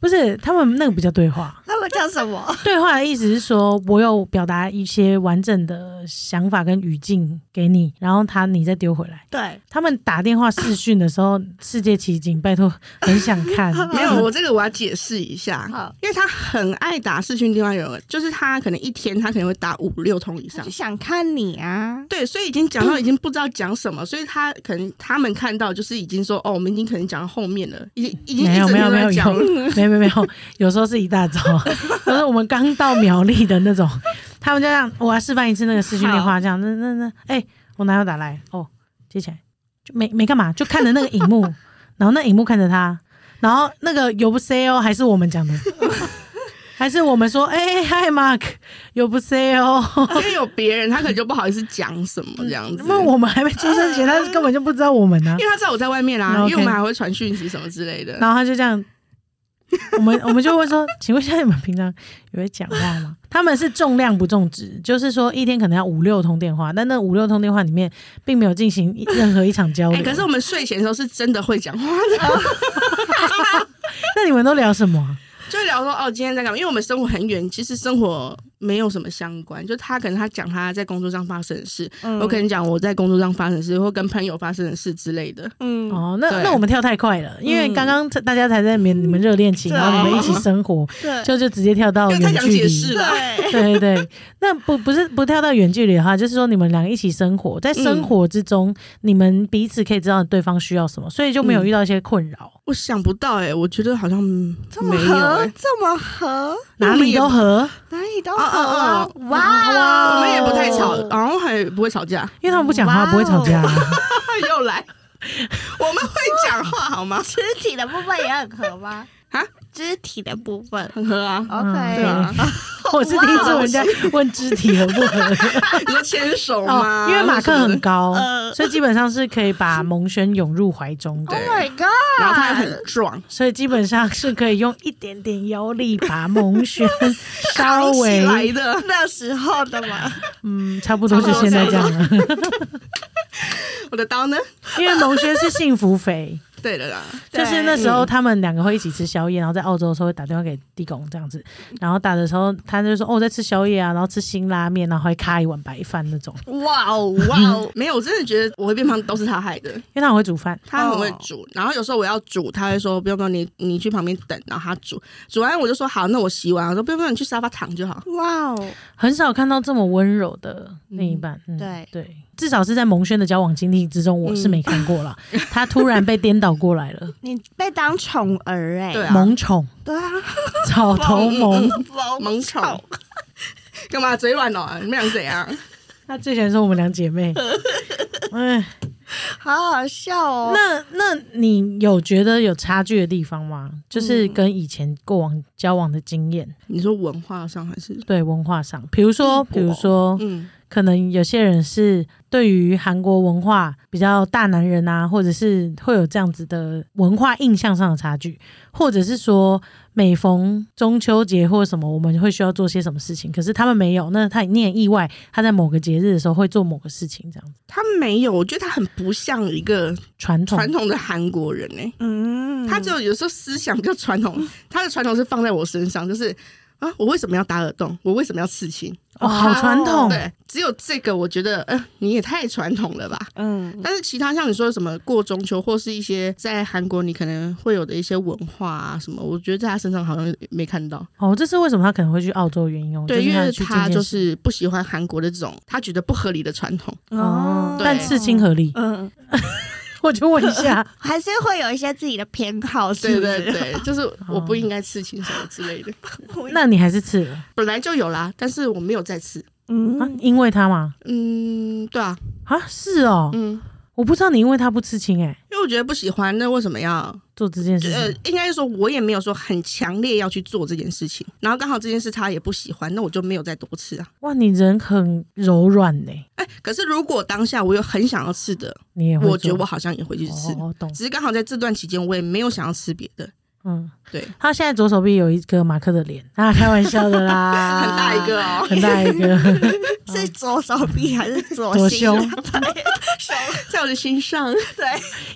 不是，他们那个不叫对话，他们叫什么？对话的意思是说，我有表达一些完整的想法跟语境给你，然后他你再丢回来。对，他们打电话视讯的时候，世界奇景，拜托，很想看。 没有，我这个我要解释一下好，因为他很爱打视讯电话有人，就是他可能一天他可能会打五六通以他上就。想看你啊。对，所以已经讲到已经不知道讲什么，所以他可能他们看到就是已经说哦，我们已经可能讲到后面了，已经已经一没有整没有天都没有在讲了。有没有没有， 有时候是一 大早，可是我们刚到苗栗的那种，他们就这样，我要示范一次那个视讯电话，这样那那那，哎、我男友打来，哦，接起来，就没没干嘛，就看着那个荧幕，然后那荧幕看着他，然后那个有不 say 哦，还是我们讲的。还是我们说，哎、嗨，Mark，有不 say 哦， 因为有别人，他可能就不好意思讲什么这样子。因为我们还没出生前，他根本就不知道我们呢、啊因。为他知道我在外面啦，那嗯 OK 因为我们还会传讯息什么之类的。然后他就这样，我们我们就会说，请问一下你们平常有会讲话吗？他们是重量不重质，就是说一天可能要五六通电话，但那五六通电话里面并没有进行一任何一场交哎、流。可是我们睡前的时候是真的会讲话的，那你们都聊什么啊？就聊说哦，今天在干嘛？因为我们生活很远，其实生活没有什么相关。就他可能他讲他在工作上发生的事，嗯我可能讲我在工作上发生的事，或跟朋友发生的事之类的。嗯，哦，那对那我们跳太快了，因为嗯刚刚大家才在你们你们热恋期，对然后你们一起生活，对，就就直接跳到啊因为太远想距解离释。了，对，对对对，那不不是不跳到远距离的话，就是说你们俩一起生活，在生嗯活之中，你们彼此可以知道对方需要什么，所以就嗯没有遇到一些困扰。我想不到哎、我觉得好像嗯这么没有哎、合，这么合，哪里都合，哪里都合哦哦啊哦！哇哦，我们也不太吵，然后还不会吵架。因为他们不讲话，哇哦不会吵架、他又来，我们会讲话好吗？肢体的部分也很合吗？啊，肢体的部分很合啊，嗯对啊 ，OK，。 我是第一次人家问肢体合不合你说牵手吗哦？，因为马克很高，呃所以基本上是可以把蒙轩涌入怀中的 Oh 对。 my god！然后他又很壮，所以基本上是可以用一点点腰力把蒙轩 稍 起来微，的。那时候的 嘛，嗯，差不多就现在这样了。我的刀呢？因为蒙轩是幸福肥，对了啦，对就是那时候他们两个会一起吃宵夜，然后在澳洲的时候会打电话给地公这样子，然后打的时候他就说哦我在吃宵夜啊，然后吃辛拉面，然后还咖一碗白饭那种，哇哦哇哦， 没有，我真的觉得我会变胖都是他害的。因为他很会煮饭。他很会哦煮，然后有时候我要煮，他会说不用不用，你你去旁边等，然后他煮，煮完我就说好，那我洗碗，我说不用不用，你去沙发躺就好。哇哦，很少看到这么温柔的另一半。嗯对对，至少是在蒙轩的交往经历之中，我是没看过啦。他突然被颠倒过来了，你被当宠儿哎，对啊萌宠、对啊， 草头萌。嗯萌宠， 干嘛嘴软哦？你们俩怎样？他最喜欢说我们两姐妹。哎，好好笑哦。那那你有觉得有差距的地方吗？就是跟以前过往交往的经验，你说文化上还是对文化上，比如说，异国哦比如说，嗯可能有些人是对于韩国文化比较大男人啊，或者是会有这样子的文化印象上的差距，或者是说每逢中秋节或什么，我们会需要做些什么事情，可是他们没有，那他你很意外，他在某个节日的时候会做某个事情，这样子他没有，我觉得他很不像一个传统传统的韩国人哎、嗯，他只有有时候思想比较传统，他的传统是放在我身上，就是啊，我为什么要打耳洞？我为什么要刺青？哦，好传统，对，只有这个，我觉得，呃，你也太传统了吧。嗯但是其他像你说什么过中秋，或是一些在韩国你可能会有的一些文化啊什么，我觉得在他身上好像没看到。哦，这是为什么他可能会去澳洲的原因哦，对，就是因为去他见就识是不喜欢韩国的这种他觉得不合理的传统。哦，但对刺青合理， 嗯，我就问一下， 还是会有一些自己的偏好，是对不对是？对，就是哦我不应该刺青什么之类的，那你还是刺了本来就有啦，但是我没有再刺。啊？嗯，因为他嘛嗯，对啊，啊，是哦，嗯，我不知道你因为他不刺青哎、因为我觉得不喜欢，那为什么要做这件事呃情，，应该是说我也没有说很强烈要去做这件事情，然后刚好这件事他也不喜欢，那我就没有再多吃啊。哇，你人很柔软呢、哎，可是如果当下我有很想要吃的，你也会我觉得做我好像也会去吃，哦，懂，只是刚好在这段期间我也没有想要吃别的，嗯，对，他现在左手臂有一个马克的脸，他开玩笑的啦， 很大一，个哦，很大一个， 是左手臂还是左左心？啊胸在我的心 上，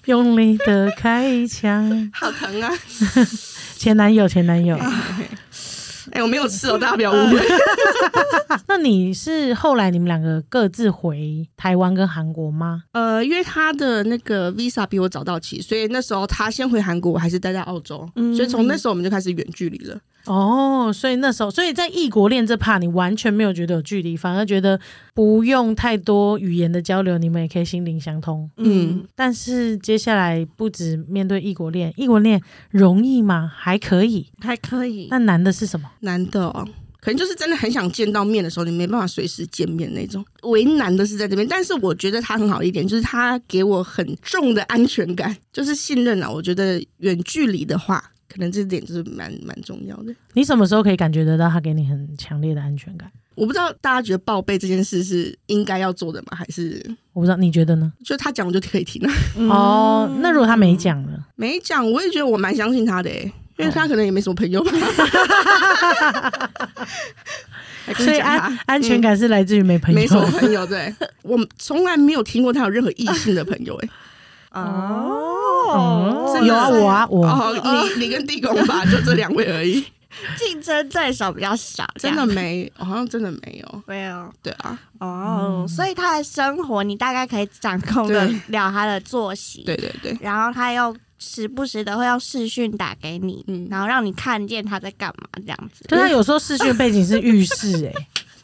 用力的开枪，好疼 啊！前男友，前 男友。哎，我没有吃哦，大家不要误会。那你是后来你们两个各自回台湾跟韩国吗？呃，因为他的那个 visa 比我早到期，所以那时候他先回韩国，我还是待在澳洲，嗯所以从那时候我们就开始远距离了。哦，所以那时候，所以在异国恋这怕你完全没有觉得有距离，反而觉得不用太多语言的交流，你们也可以心灵相通。嗯，但是接下来不止面对异国恋，异国恋容易吗？还可以。还可以。那难的是什么？难的哦，可能就是真的很想见到面的时候，你没办法随时见面那种。为难的是在这边，但是我觉得他很好一点，就是他给我很重的安全感，就是信任啊。我觉得远距离的话，可能这点就是蛮蛮重要的。你什么时候可以感觉得到他给你很强烈的安全感？我不知道大家觉得报备这件事是应该要做的吗？还是我不知道，你觉得呢？就他讲我就可以听了？哦，那如果他没讲呢？ 没讲，我也觉得我蛮相信他的诶、因为他可能也没什么朋友吧。 还跟哦你所嗯以讲他安安全感是来自于没朋友。没什么朋友， 对我从来没有听过他有任何异性的朋友、欸，哦哦，真的有啊，是我啊，我哦，你你跟地公吧，就这两位而 已，竞争对手比较少，这真样的没，我好像真的没有，没有对啊，嗯哦，所以他的生活你大概可以掌控的对了他的作息，对对对，然后他又时不时的会用视讯打给你，嗯然后让你看见他在干嘛这样子。可是他有时候视讯背景是浴室、哎，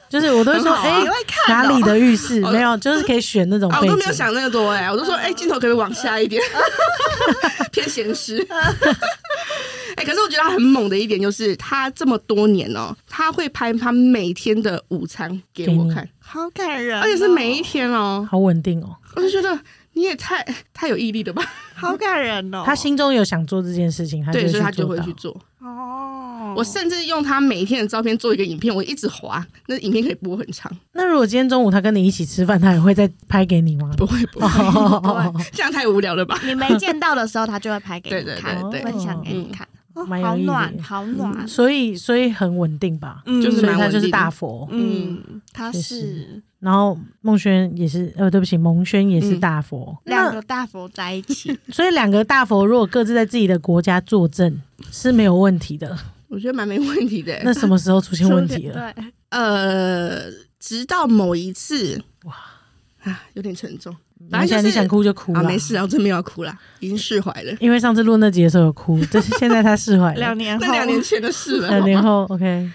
就是我都会说，很好啊哎、你会哦看 哪里的浴室？哦没有，就是可以选那种啊，背我都景。没有想那么多、欸，哎，我都说，哎、镜头可不可以往下一 点，偏闲湿。 哎、可是我觉得他很猛的一点就是，他这么多年哦、他会拍他每天的午餐给给我你看，好感人哦、而且是每一天哦、好稳定哦，我就觉得你也太太有毅力了吧？好感人哦。他心中有想做这件事情，他对，所以他会就做会到去。做。哦，我甚至用他每一天的照片做一个影片，我一直滑，那影片可以播很长。那如果今天中午他跟你一起吃饭，他也会再拍给你吗？不会不会，哦， 这样太无聊了吧？你没见到的时候，他就会拍给对你对看，对对嗯分享给你看。哦，蛮好有意义暖，好暖。所以所以很稳定吧，嗯就是所以蛮他稳就定的是大佛。嗯，他确是实然后孟轩也是，呃，对不起，蒙轩也嗯是大佛。两个大佛在一 起，那所以两个大佛如果各自在自己的国家作证是没有问题的。我觉得蛮没问题的、那什么时候出现问题 了？对，呃，直到某一次，哇啊，有点沉重。你反正想就是你想哭就哭啊，了，没事啊，我真没有要哭啦，已经释怀了。因为上次录那集的时候有哭，但是现在他释怀了两。年 后，那两年前的事了，两年好吗后，OK，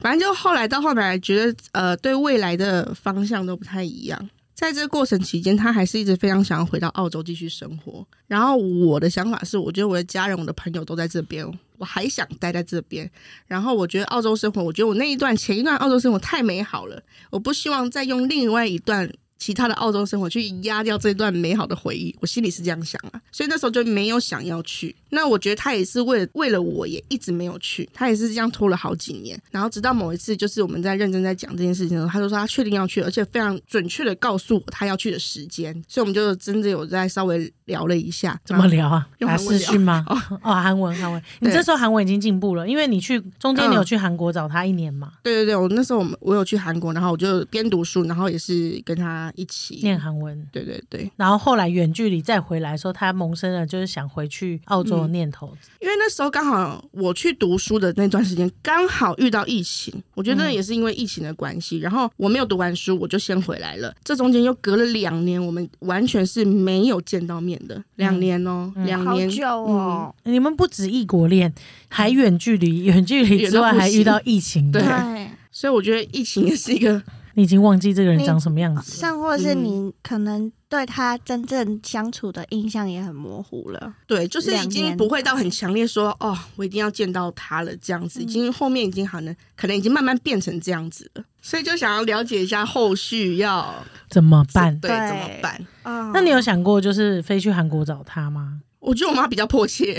反正就后来到后来，觉得呃，对未来的方向都不太一样。在这个过程期间，他还是一直非常想要回到澳洲继续生活。然后我的想法是，我觉得我的家人、我的朋友都在这边，我还想待在这边。然后我觉得澳洲生活，我觉得我那一段前一段澳洲生活太美好了，我不希望再用另外一段其他的澳洲生活去压掉这段美好的回忆，我心里是这样想啊，所以那时候就没有想要去。那我觉得他也是为了为了我也一直没有去，他也是这样拖了好几年，然后直到某一次就是我们在认真在讲这件事情的时候，他就说他确定要去，而且非常准确的告诉我他要去的时间，所以我们就真的有在稍微聊了一下，怎么聊啊？用打韩文视聊讯吗？ 哦，韩文，韩文。你对这时候韩文已经进步了，因为你去中间你有嗯去韩国找他一年嘛，对对对，我那时候我们我有去韩国，然后我就边读书，然后也是跟他一起念韩文。对对对，然后后来远距离再回来说，他萌生了就是想回去澳洲的念头。因为那时候刚好我去读书的那段时间，刚好遇到疫情，我觉嗯得也是因为疫情的关系，然后我没有读完书，我就先回来了。这中间又隔了两年，我们完全是没有见到面的，嗯两年哦，两好年。久哦，你们不止异国恋，嗯还远距离，远距离之外远到不还行遇到疫情。对对。所以我觉得疫情也是一个，你已经忘记这个人长什么样子。像或是你可能对他真正相处的印象也很模糊了，对，就是已两经年不会到很强烈说哦，我一定要见到他了这样子，已嗯经后面已经好能可能已经慢慢变成这样子了，所以就想要了解一下后续要怎么办？对对怎么办。哦那你有想过就是飞去韩国找他吗？我觉得我妈比较迫 切，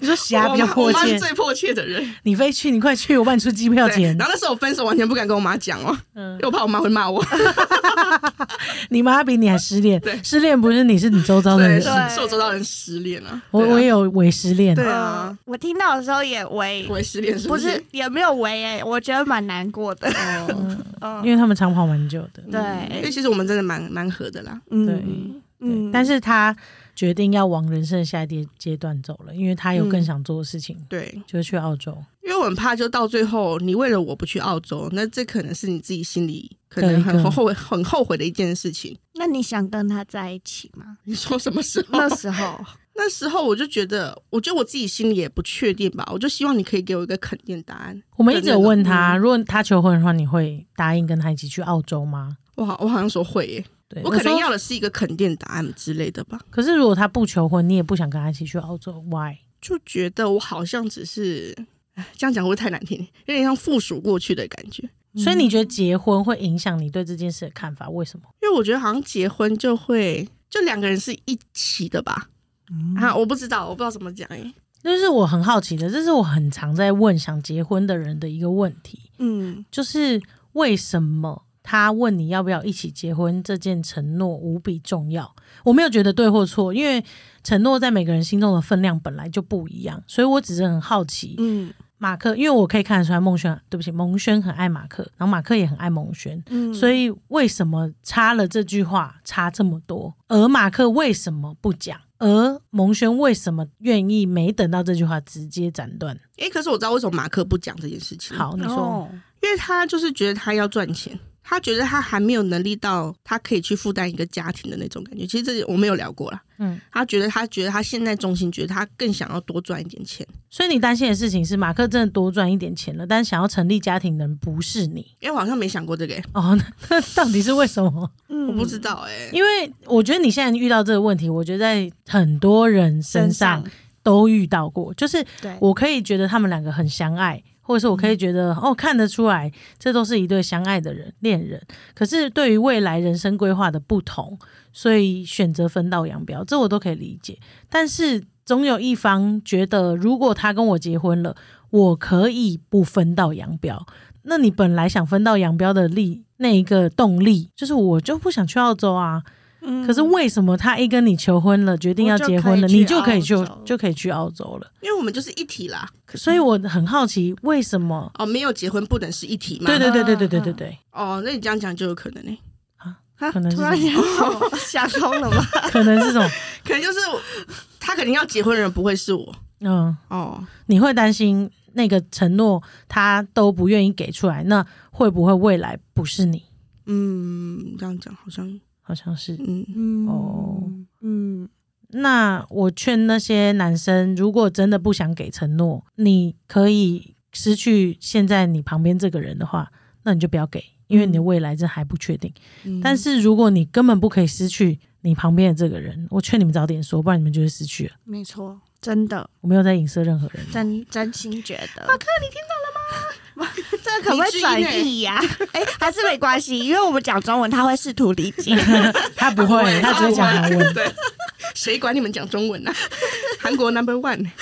你说霞比较我迫妈我妈切是，最迫切的人。你飞去，你快去，我帮你出机票对，钱然。后那时候我分手完全不敢跟我妈讲哦，嗯因为，我怕我妈会骂我。你妈比你还失恋对，失恋不是你是你周遭的对，人是。对是我周遭人失恋了。我对啊我也有伪失恋，对呃啊，我听到的时候也为我也失恋是不是是？也没有为哎、我觉得蛮难过的。哦， 嗯，因为他们长跑蛮久的。因对为，其实我们真的蛮蛮合的啦。嗯对，但是是他决定要往人生的下一阶阶段走了，因为他有嗯更想做的事情，对，就是去澳洲因为我很怕，就到最后你为了我不去澳洲，那这可能是你自己心里可能对一很个后悔、很后悔的一件事情。那你想跟他在一起 吗？你说什么 时候？那时候，那时候我就觉得，我觉得我自己心里也不确定吧，我就希望你可以给我一个肯定答案。我们一直有对那个问他，如果他求婚的话，你会答应跟他一起去澳洲吗？我好，我好像说会耶，对，我可能说要的是一个肯定答案之类的吧。可是如果他不求婚，你也不想跟他一起去澳洲，why？就觉得我好像只是，唉这样讲会不会太难听？有点像附属过去的感觉。所以你觉得结婚会影响你对这件事的看法？为什么？因为我觉得好像结婚就会，就两个人是一起的吧？嗯啊，我不知道，我不知道怎么讲哎。就是我很好奇的，这是我很常在问想结婚的人的一个问题， 嗯，就是为什么他问你要不要一起结婚这件承诺无比重要？我没有觉得对或错，因为承诺在每个人心中的分量本来就不一样，所以我只是很好奇，嗯马克，因为我可以看得出来，孟轩，对不起，蒙轩很爱马克，然后马克也很爱蒙轩，嗯，所以为什么差了这句话差这么多？而马克为什么不讲？而蒙轩为什么愿意没等到这句话直接斩断？哎，可是我知道为什么马克不讲这件事情。，好，你说、哦因为他就是觉得他要赚钱。他觉得他还没有能力到他可以去负担一个家庭的那种感觉，其实这我们有聊过啦。嗯，他觉得他觉得他现在中心觉得他更想要多赚一点钱，所以你担心的事情是马克真的多赚一点钱了，但想要成立家庭的人不是你因为我好像没想过这个、欸，哦。那那到底是为什 么？嗯我不知道哎、因为我觉得你现在遇到这个问题，我觉得在很多人身上都遇到过，就是对，我可以觉得他们两个很相爱，或者是我可以觉得、哦看得出来，这都是一对相爱的人恋人。可是对于未来人生规划的不同，所以选择分道扬镳，这我都可以理解。但是总有一方觉得，如果他跟我结婚了，我可以不分道扬镳。那你本来想分道扬镳的力那一个动力，就是我就不想去澳洲啊。嗯可是为什么他一跟你求婚了，决定要我就结可以婚了，去你就可以去澳洲就可以去澳洲了？因为我们就是一体啦，所以我很好奇，为什么？哦，没有结婚不能是一体嘛？对对对对对嗯对对对，哦，那你这样讲就有可能欸呢、啊可能是突然间 我想通了吧？可能是这种，可能就是我他肯定要结婚的人不会是我嗯，哦，你会担心那个承诺他都不愿意给出来，那会不会未来不是你？嗯，这样讲好像好像是。嗯，嗯哦，嗯，那我劝那些男生，如果真的不想给承诺，你可以失去现在你旁边这个人的话，那你就不要给，因为你的未来这还不确定。嗯但是如果你根本不可以失去你旁边的这个人，我劝你们早点说，不然你们就会失去了。没错，真的，我没有在影射任何人。真真心觉得，马克， 这可不可以转译 呀、哎、还是没关系，因为我们讲中文，他会试图理解。他不会，他只会讲韩文。对，谁管你们讲中文呢、啊？ 韩国 number one，欸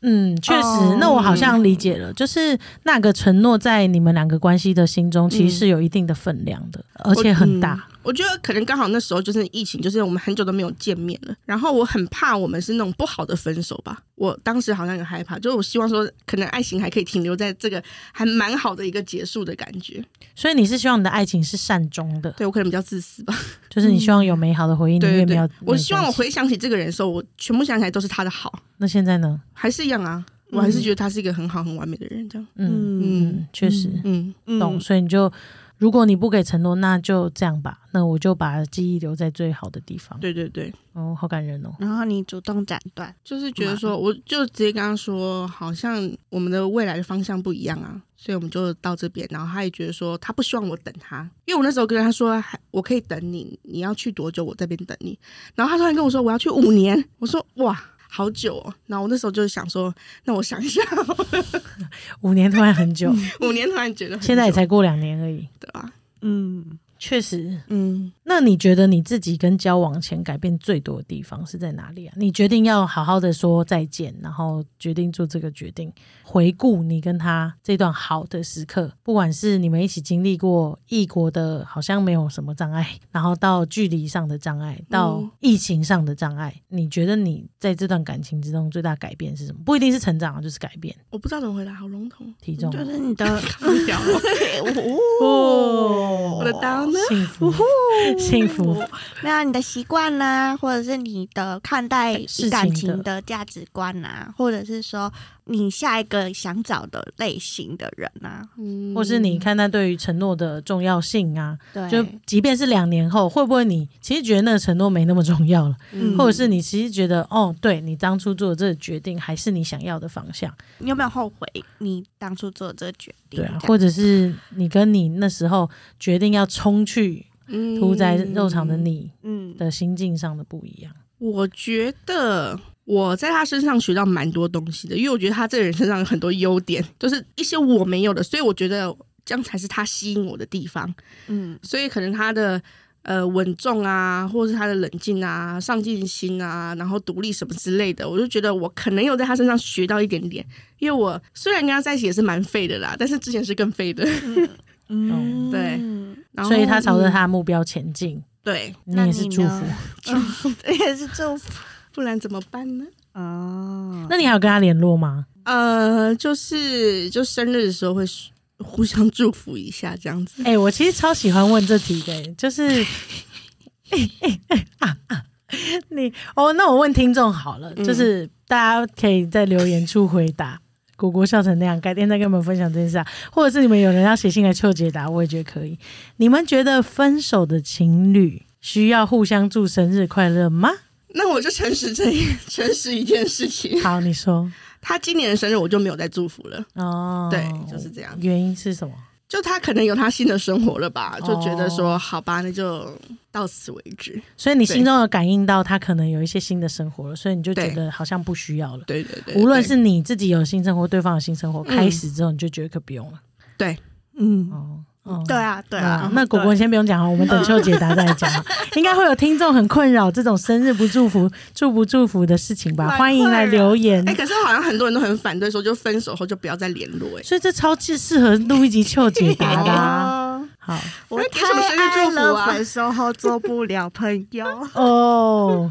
嗯，确哦实，那我好像理解了，就是那个承诺在你们两个关系的心中，嗯其实是有一定的分量的，哦而且很大。我觉得可能刚好那时候就是疫情，就是我们很久都没有见面了。然后我很怕我们是那种不好的分手吧，我当时好像很害怕，就是我希望说，可能爱情还可以停留在这个还蛮好的一个结束的感觉。所以你是希望你的爱情是善终的，对我可能比较自私吧，就是你希望有美好的回忆，嗯你对对也没有对。。我没有希望我关系回想起这个人的时候，我全部想起来都是他的好，那现在呢？还是一样啊，我还是觉得他是一个很好很完美的人，这样。嗯嗯，确实嗯，嗯懂。所以你就，如果你不给承诺，那就这样吧。那我就把记忆留在最好的地方。对对对。哦，好感人哦。然后你主动斩断，就是觉得说，我就直接跟他说，好像我们的未来的方向不一样啊，所以我们就到这边。然后他也觉得说，他不希望我等他，因为我那时候跟他说，还我可以等你，你要去多久，我这边等你。然后他突然跟我说，我要去五年。我说哇，好久哦。然后我那时候就想说，那我想一下， 五年突然很久，五年突然觉得很久现在也才过两年而已。对吧？嗯，确实，嗯，那你觉得你自己跟交往前改变最多的地方是在哪里啊？你决定要好好的说再见，然后决定做这个决定，回顾你跟他这段好的时刻，不管是你们一起经历过异国的，好像没有什么障碍，然后到距离上的障嗯碍，到疫情上的障碍，你觉得你在这段感情之中最大改变是什么？不一定是成长啊，就是改变我不知道怎么回答，好笼统。 体重啊就是你 的很屌哦哦我的刀呢？幸哦福，幸福，没有你的习惯呐，或者是你的看待哎事情的感情的价值观呐，或者是说你下一个想找的类型的人呐，嗯或是你看他对于承诺的重要性啊，对，就即便是两年后，会不会你其实觉得那个承诺没那么重要了，嗯或者是是你其实觉得哦，对你当初做的这个决定还是你想要的方向，你有没有后悔你当初做这个决定？对啊，这样或者是你跟你那时候决定要冲去嗯屠宰肉场的你嗯，的心境上的不一样，我觉得我在他身上学到蛮多东西的，因为我觉得他这个人身上有很多优点，就是一些我没有的，所以我觉得这样才是他吸引我的地方。嗯所以可能他的呃稳重啊，或是他的冷静啊、上进心啊，然后独立什么之类的，我就觉得我可能有在他身上学到一点点。因为我虽然跟他在一起也是蛮废的啦，但是之前是更废的，哦嗯对然后所以他朝着嗯他的目标前进，对，你那也是你祝呢福。 也是 祝福不然怎么办呢？哦。那你还有跟他联络吗？呃，就是就生日的时候会互相祝福一下这样子。 哎、我其实超喜欢问这题的、就是， 哎哎哎哎啊啊，你哦，那我问听众好了，嗯就是大家可以在留言处回答。果果笑成那样，改天再跟我们分享这件事啊，或者是你们有人要写信来求解答，我也觉得可以。你们觉得分手的情侣需要互相祝生日快乐吗？那我就诚实这一诚实一件事情， 好，你说他今年的生日我就没有再祝福了。 哦，对，就是这样。原因是什么？就他可能有他新的生活了吧，哦就觉得说、好吧，那就到此为止。所以你心中有感应到他可能有一些新的生活了，所以你就觉对得好像不需要了。对对对无论是你自己有新生活，对方有新生活，嗯开始之后你就觉得可不用了。嗯，哦，哦 对。啊，对啊嗯。那果果先不用讲了，我们等秋解答再来讲。应该会有听众很困扰这种生日不祝福、祝不祝福的事情吧？蛮欢迎来留言哎、。可是好像很多人都很反对说，就分手后就不要再联络、哎，所以这超级适合录一集秋解答的啊。 哦好我给什么生日祝太爱福了啊分手后做不了朋友。哦，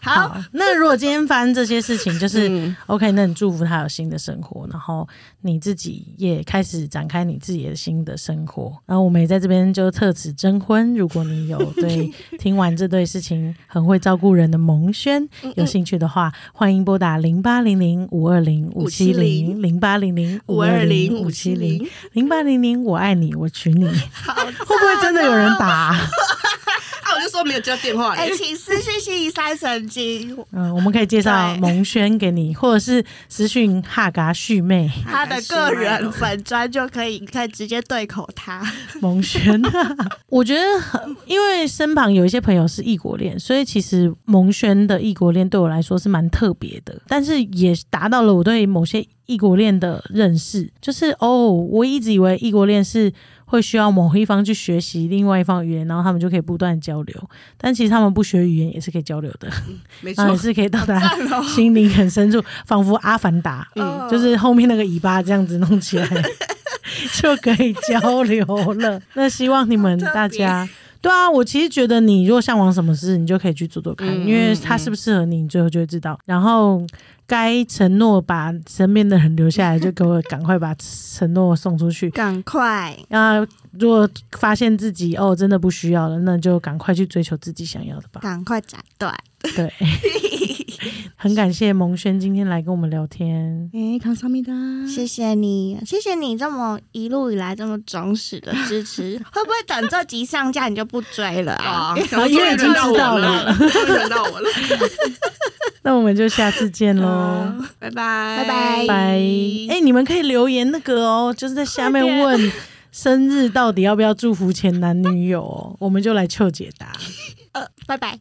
好， 好那如果今天发生这些事情，就是嗯 OK，那你祝福他有新的生活，然后你自己也开始展开你自己的新的生活。然后我们也在这边就特此征婚，如果你有对听完这对事情很会照顾人的蒙轩嗯有兴趣的话，欢迎拨打零八零零五二零五七零零八零零五二零五七零， 零八零零我爱你，我娶你，会不会真的有人打啊、啊，我就时候没有接到电话嘞哎、。请私讯心理三神经，嗯，我们可以介绍对蒙轩给你，或者是私讯哈嘎旭 妹他的个人粉砖就可以，你可以直接对口他。蒙轩。 我觉得很，因为身旁有一些朋友是异国恋，所以其实蒙轩的异国恋对我来说是蛮特别的，但是也达到了我对某些异国恋的认识。就是哦，我一直以为异国恋是会需要某一方去学习另外一方语言，然后他们就可以不断交流，但其实他们不学语言也是可以交流的， 没错然后，哎啊也是可以到达赞哦 心灵很深处，仿佛阿凡达。嗯嗯就是后面那个尾巴这样子弄起来，就可以交流了。那希望你们大家。对啊，我其实觉得你如果向往什么事，你就可以去做做看，嗯因为它适不适合你，你最后就会知道。然后该承诺把身边的人留下来，就给我赶快把承诺送 出去。赶快，那如果发现自己哦真的不需要了，那就赶快去追求自己想要的吧。赶快斩断。对，很感谢蒙轩今天来跟我们聊天。 哎，康萨米达，谢谢你，谢谢你这么一路以来这么忠实的支持。 会不会等这集上架你就不追了啊？啊，然后哎因为已经知道了了，终于轮到我了，那我们就下次见喽。拜拜，拜 拜拜。哎、你们可以留言那个哦，就是在下面问生日到底要不要祝福前男女友、哦，我们就来求解答。呃，拜拜。